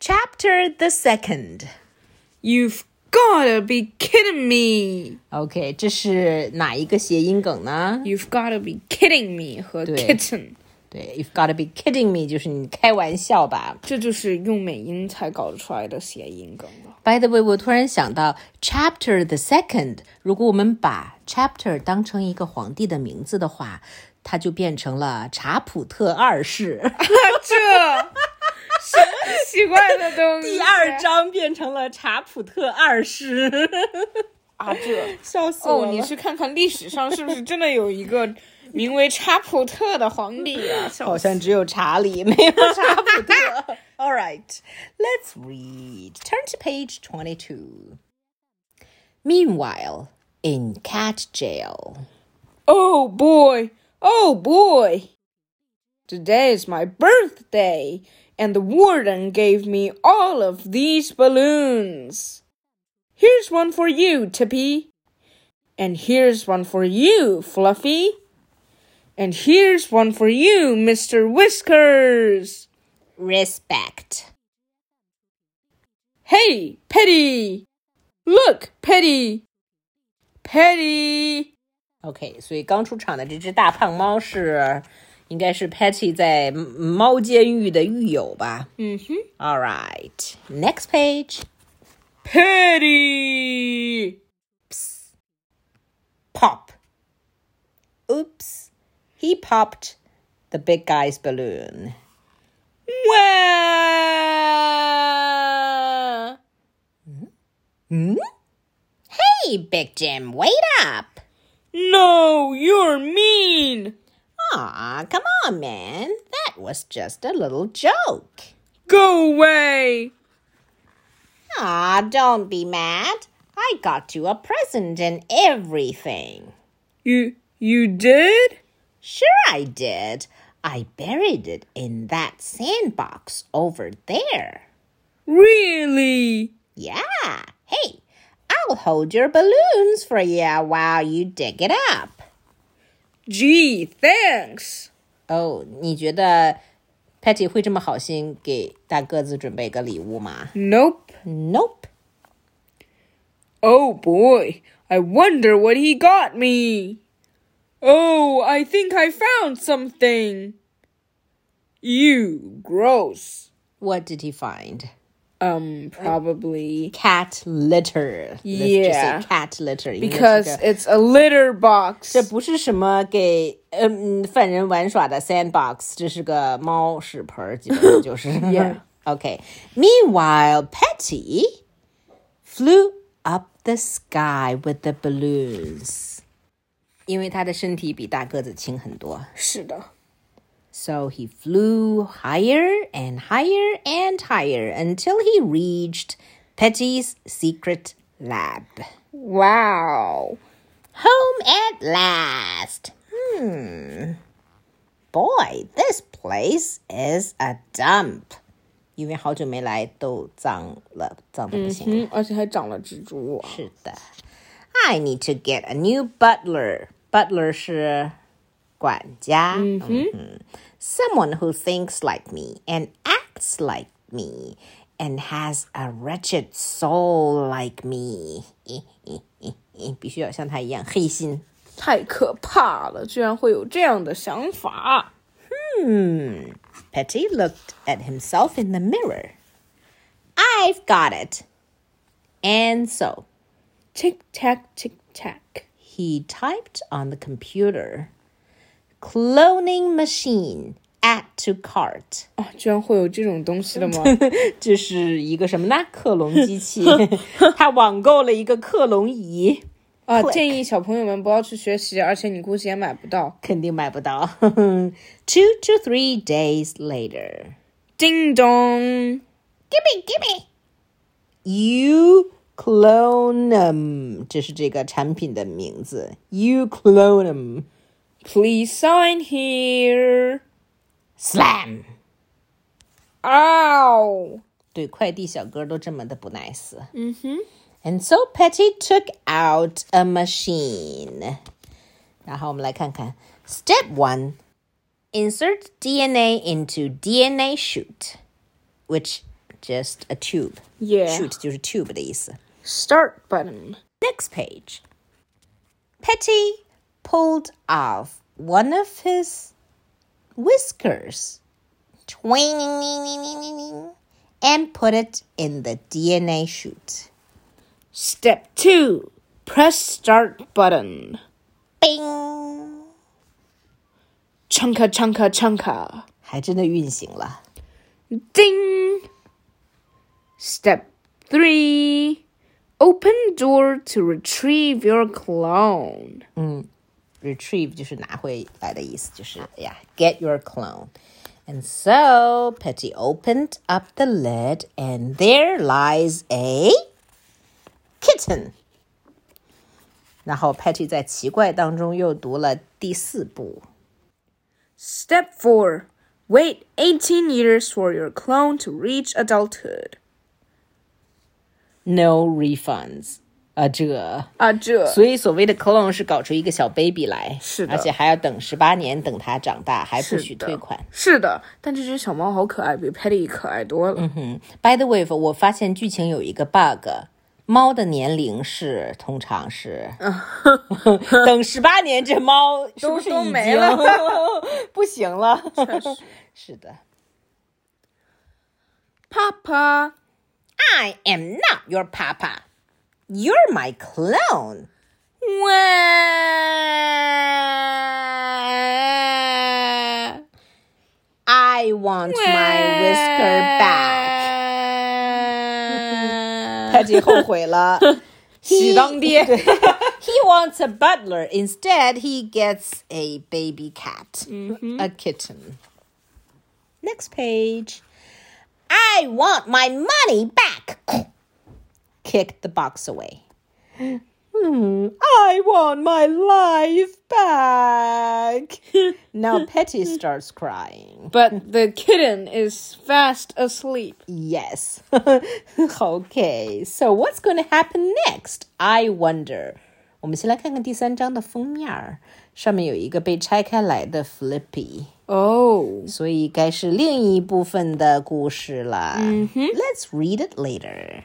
Peter the Second。 You've gotta be kidding me! OK，这是哪一个谐音梗呢？ You've gotta be kidding me 和对 kitten，对，You've got to be kidding me，就是你开玩笑吧。这就是用美音才搞得出来的谐音梗了。 By the way，我突然想到，Chapter the Second，如果我们把 Chapter 当成一个皇帝的名字的话，它就变成了查普特二世。这什么奇怪的东西？ 第二章变成了查普特二 世，,啊，这笑死我哦，了。你去看看历史上是不是真的有一个名为查普特的皇帝啊？好笑死像只有查理，没有查普 特。All right, let's read. Turn to page 22. Meanwhile, in cat jail. Oh boy, oh boy. Today is my birthday, and the warden gave me all of these balloons. Here's one for you, Tippy. And here's one for you, Fluffy. And here's one for you, Mr. Whiskers. Respect. Hey, Petty! Look, Petty! Petty! OK，所以刚出场的这只大胖猫是，应该是 Patty 在猫监狱的狱友吧。嗯哼。 All right, next page. Petty! Pop. Oops, he popped the big guy's balloon. Wow! Hey, Big Jim, wait up. No, you're mean! Aw, come on, man. That was just a little joke. Go away! Aw, don't be mad. I got you a present and everything. You you did? Sure, I did. I buried it in that sandbox over there. Really? Yeah. Hey, I'll hold your balloons for you while you dig it up. Gee, thanks. 哦，你觉得 Patty 会这么好心给大个子准备个礼物吗 Nope. ？Nope. Oh boy, I wonder what he got me. Oh, I think I found something. You gross. What did he find? Um, probably Cat litter. Let's just say Yeah. cat litter. 因为这 because 个 it's a litter box. 这不是什么给嗯犯人玩耍的 sandbox，这是个猫屎盆儿，基本上就是。 Yeah. Okay. Meanwhile, Patty flew up the sky with the balloons. 因为他的身体比大个子轻很多是的。 ，so he flew higher and higher and higher until he reached Patty's secret lab. Wow. Home at last. Hmm. Boy, this place is a dump. 因为好久没来，都脏了，脏的不行。嗯，而且还长了蜘蛛网。是的。I need to get a new butler. Butler 是管家。嗯哼。Someone who thinks like me and acts like me and has a wretched soul like me. 必须要像他一样黑心。太可怕了，居然会有这样的想法。 Petty looked at himself in the mirror. I've got it. And so Tic tac tic tac. he typed on the computer cloning machine add to cart. 啊，居然会有这种东西的吗？这是一个什么呢？克隆机 器，他网购了一个克隆仪，啊，建议小朋友们不要去学习，而且你估计也买不到。肯定买不到。Two to three days later. 叮咚 Gimme, gimme. You Clonum，这是这个产品的名字。You Clonum ，Please sign here. Slam， Ow. 对快递小哥都这么的不 nice。嗯哼。And so Patty took out a machine。然后我们来看看 Step One。Insert DNA into DNA chute, which just a tube. Yeah. Shoot 就是 tube 的意思。 Start button. Next page. Petty pulled off one of his whiskers, twing, and put it in the DNA chute. Step 2. Press start button. Bing! Chunka chunka chunka. 还真的运行了。 Ding. Step 3. Open door to retrieve your clone. Retrieve 就是拿回来的意思，就是呀、yeah,，get your clone. And so Petty opened up the lid, and there lies a kitten. 然后 Petty 在奇怪当中又读了第四步。 Step 4. Wait 18 years for your clone to reach adulthood. No refunds 啊，这。啊，这所以所谓的 clone 是搞出一个小 baby 来，是的而且还要等十八年，等它长大，还不许是的退款。是的，但这只小猫好可爱，比 Patty 可爱多了。 By the way，我发现剧情有一个 bug，猫的年龄是通常是等十八年，这猫是不是啊都已没经了 不行了？实 是的。 Papa, I am not your papa. You're my clone. Wah. I want my whisker back. Patty 后悔了， 喜当爹。 He wants a butler. Instead, he gets a baby cat, a kitten. Mm-hmm. Next page. I want my money back. Kicked the box away. Hmm, I want my life back. now Petty starts crying. but the kitten is fast asleep. Yes. okay. So what's going to happen next? I wonder. 我们先来看看第三章的封面儿，上面有一个被拆开来的 Flippy。 Oh, 所以该是另一部分的故事了。嗯哼，Let's read it later.